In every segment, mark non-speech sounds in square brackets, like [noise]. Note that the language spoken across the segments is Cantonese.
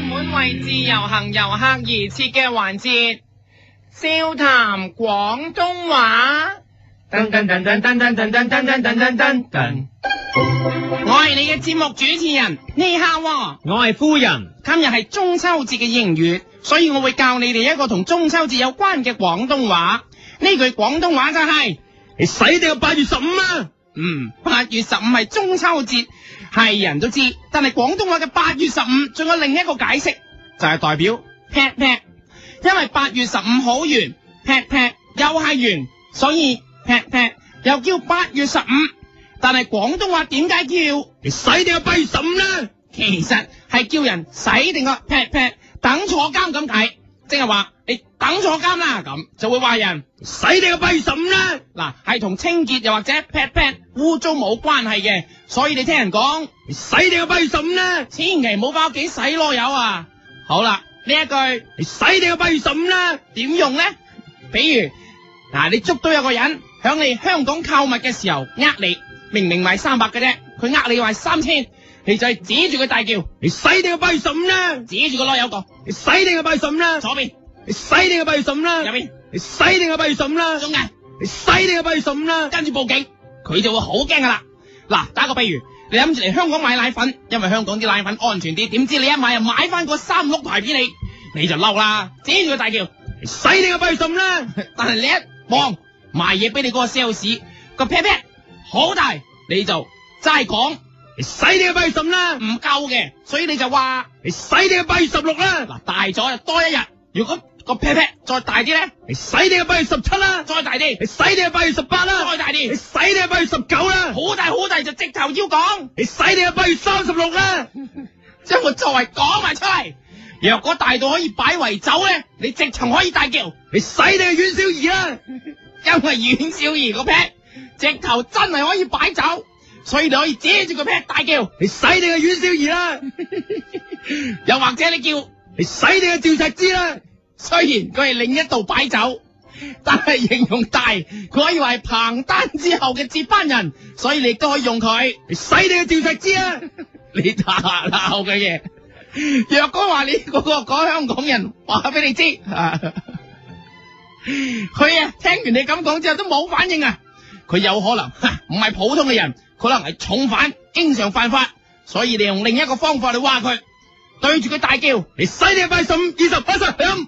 門為自由行遊客而設嘅環節，笑談廣東話。噔噔噔噔噔噔噔噔噔噔噔噔噔，我係你嘅節目主持人，呢下喎。我係夫人。今日係中秋節嘅英語，所以我會教你哋一個同中秋節有關嘅廣東話。呢句廣東話就係、你使定八月十五啊？嗯，八月十五係中秋節，係人都知。但係廣東話嘅八月十五仲有另一個解釋，就係、代表 pat pat，因為八月十五好圓，pat pat 又係圓，所以 pat pat 又叫八月十五。但係廣東話點解叫？你使定八月十五啦？其實係叫人洗定個 pat pat 等坐監咁解，即係話你等坐監啦，咁就會話人使定八月十五啦？嗱係同清潔又或者 pat pat 污糟冇關係嘅，所以你聽人講，你使定八月十五啦？千祈唔好翻屋企洗囉柚啊！好啦，呢一句你使定八月十五啦？點用呢？比如嗱，你捉到有個人響你香港購物嘅時候呃你，明明賣三百嘅啫，佢呃你話三千，你就係指住佢大叫，你使定八月十五啦？指住個囉柚個你使定八月十五啦？左邊、你使定八月十五啦？右邊、你使定八月 [laughs] 十五啦？中間。你使定八月十五啦？跟住報警，佢就會好驚噶啦。嗱，打個比喻，你諗住嚟香港買奶粉，因為香港啲奶粉安全啲，點知你一買又買翻個三鹿牌俾你，你就嬲啦，指住佢大叫。你使定八月十五啦？但係你一望賣嘢俾你嗰個 sales 個 pat pat 好大，你就齋講你使定八月十五啦？唔夠嘅，所以你就話你使定八月十六啦？嗱大咗就多一日，如果個 pat pat 再大啲咧，你使定八月十七啦？再大啲，你使定八月十八啦？再大你啲，使定八月十九啦？好大好大就直頭要講。你使定八月三十 [laughs] 六啦？將個作為講埋出嚟。若果大到可以擺圍酒咧，你直情可以大叫，你使定阮小儀啦？因為阮小儀個 pat 直頭真係可以擺酒，所以你可以遮住個 pat 大叫， [laughs] 你使定阮小儀啦？又或者你叫，你使定趙石之啦？雖然佢係另一度擺酒，但係形容大，佢可以話係彭丹之後嘅接班人，所以你亦都可以用佢。你使定趙石之啦？你打鬧嘅嘢。若果話你嗰個講香港人話俾你知，啊佢啊聽完你咁講之後都冇反應啊，佢有可能哈唔係普通嘅人，可能係重犯，經常犯法，所以你用另一個方法嚟話佢，對住佢大叫，呢你使定八月十五、二十、八 [laughs] 十響？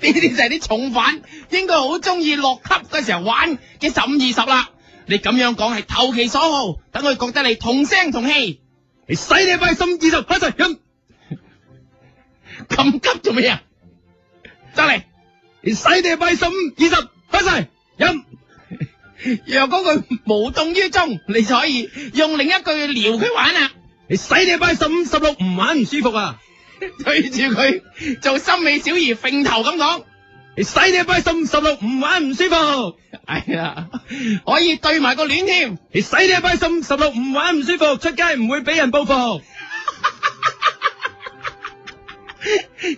啲就係啲重犯應該好中意落級嘅時候玩嘅十五二十啦。你咁樣講係投其所好，等佢覺得你同聲同氣。你使定八月十五、二十、八十響？咁急做咩啊？得嚟。你使定八月十五、二十、八十響？若果佢無動於衷，你就可以用另一句撩佢玩啦，你使定八月十五、十六唔玩唔舒服啊？對住佢做心理小兒揈頭咁講，你使定八月十五、十六唔玩唔舒服？係啦，可以對埋個戀添，你使定八月十五、十六唔玩唔舒服，出街唔會俾人報復。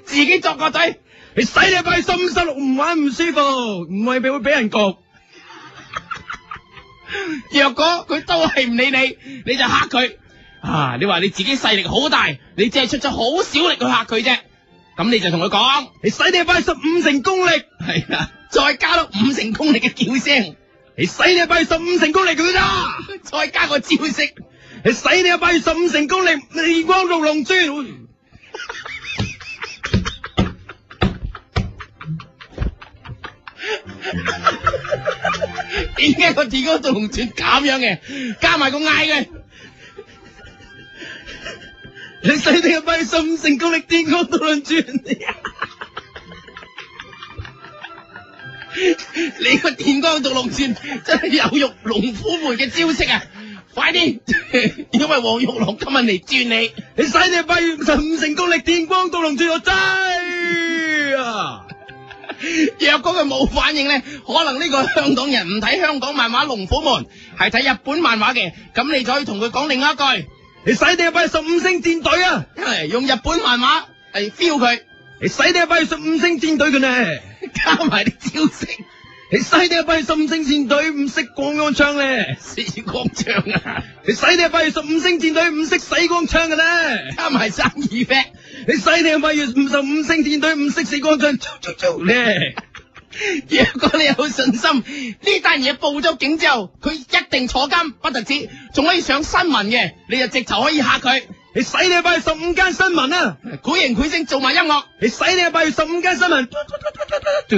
自己作個對，你使你八月十五、十六唔玩唔舒服，唔係俾會俾人焗。若果佢都係唔理你，你就嚇佢。啊！你話你自己勢力好大，你只係出咗好少力去嚇佢啫。咁你就同佢講，你使你八月十五成功力，係啦，再加多五成功力嘅叫聲，你使你八月十五成功力佢咋？再加個招式。你使你八月十五成功力，你光六龍珠。點解個電光毒龍轉咁樣嘅？加埋個嗌嘅，你使你八月十五成功力，天光六龍珠。你個電光毒龍轉真係有辱龍虎門嘅招式啊！快啲，因為黃玉郎今日嚟轉你，你使你八月十五成功力，天光六龍珠我齋啊！若果佢冇反應咧，可能呢個香港人唔睇香港漫畫《龍虎門》，係睇日本漫畫嘅，咁你就可以同佢講另外一句，你使你八月十五星戰隊啊！唉用日本漫畫嚟 feel 佢， [laughs] 你使你八月十五星戰隊佢呢？加埋啲招式。你使你八月十五星戰隊唔識光安槍咧？四光槍啊！你使你八月十五星戰隊唔識洗光槍嘅咧，加埋生意 f 你使你八月五十五星戰隊唔識死光棍，操操操咧！若果你有信心，呢單嘢報咗警之後，佢一定坐監，不特止，仲可以上新聞嘅，你就直頭可以嚇佢。你使你八月十五間新聞啊！古形古聲做埋音樂，你使你八月十五間新聞。嘟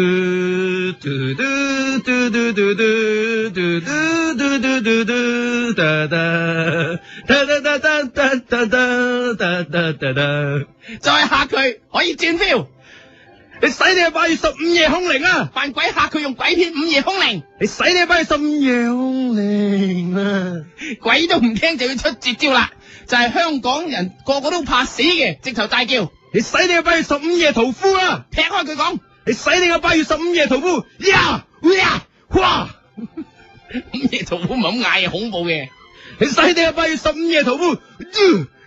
嘟嘟嘟嘟嘟嘟嘟嘟嘟嘟嘟哒哒哒哒哒哒哒哒哒哒哒哒。再嚇佢可以轉 feel，你使你八月十五夜空靈啊！扮鬼嚇佢用鬼片午夜凶鈴，你使你八月十五夜空靈啊！鬼都唔聽就要出絕招啦。就係香港人個個都怕死嘅，直頭大叫，你使你八月十五夜屠夫啊！劈開佢講，你使你個八月十五夜屠夫呀呀 [laughs] 哇！午夜屠夫唔係咁嗌嘅，恐怖嘅。你使你個八月十五夜屠夫呀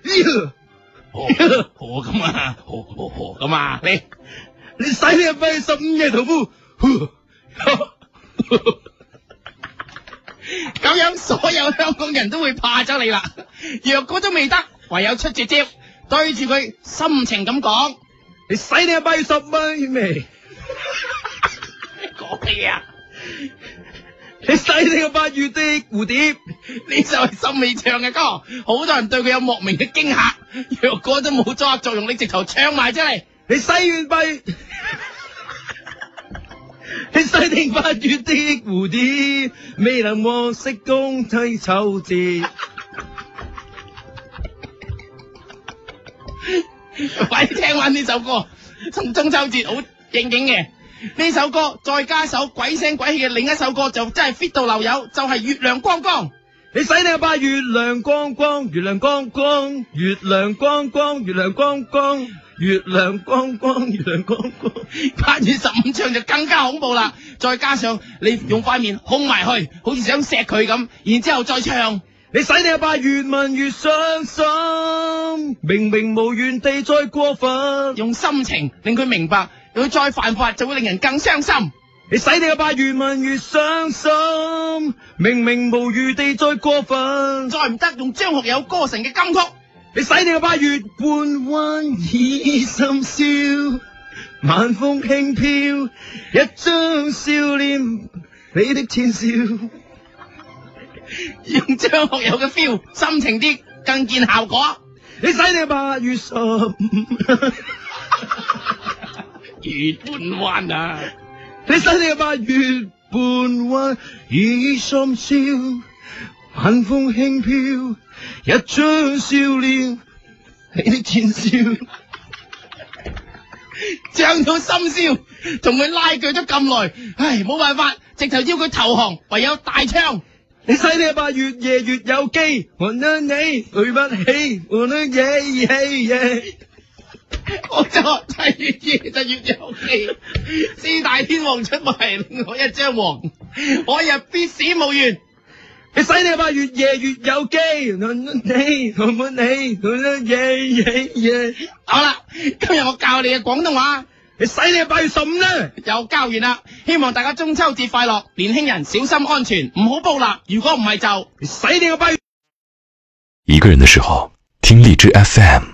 呀！哦 [laughs] 哦咁啊，哦哦哦咁啊，你。你使你個八月十五夜屠夫呼咁樣所有香港人都會怕咗你啦。 [laughs] 若果都未得，唯有出絕招，對住佢深情咁講，你使你個八月十五未？ [laughs] 講乜嘢啊？你使你個八月的蝴蝶，呢首係心美唱嘅歌，好多人對佢有莫名嘅驚嚇。若果都冇阻嚇作用，你直頭唱埋出嚟。你使完八月，你使定八月的蝴蝶，未能獲釋公替秋節。 [laughs] 快啲聽翻呢首歌，中中秋節好應景嘅。呢首歌再加首鬼聲鬼氣嘅另一首歌，就真係 fit 到漏油，就係、月亮光光。你使你個八月亮光光，月亮光光，月亮光光，月亮光光，月亮光光，月亮光光。八月十五唱就更加恐怖啦，再加上你用塊面控埋去，好似想錫佢咁，然之後再唱，你使你個八越問越傷心，明明無緣地再過分。用心情令佢明白，佢再犯法就會令人更傷心。你使你個八越問越傷心，明明無餘地再過分。再唔得用張學友歌神嘅金曲，你使你個八越半彎已深宵，晚風輕飄，一張笑臉，你的淺笑。用張學友嘅 feel，心情啲更見效果。你使你八月十五，月半彎啊，你使你八月半彎已深宵，晚風輕飄，一張笑臉，你的淺笑。漲到深宵，同佢拉鋸咗咁耐，唉，冇辦法，直頭要佢投降，唯有大唱。你使你八月夜越有機，我得你對不起，我得耶耶耶。我就係越夜就越有氣，四大天王出埋另外一張王，我日必死無緣。你使你八月夜越有機，我得你，我得你，我得耶耶耶。好啦，今日我教你嘅廣東話你使你八月十五啦，又教完啦，希望大家中秋節快樂，年輕人小心安全，唔好暴立，如果唔係就。你使你個八月。一个人的时候，听荔枝 FM。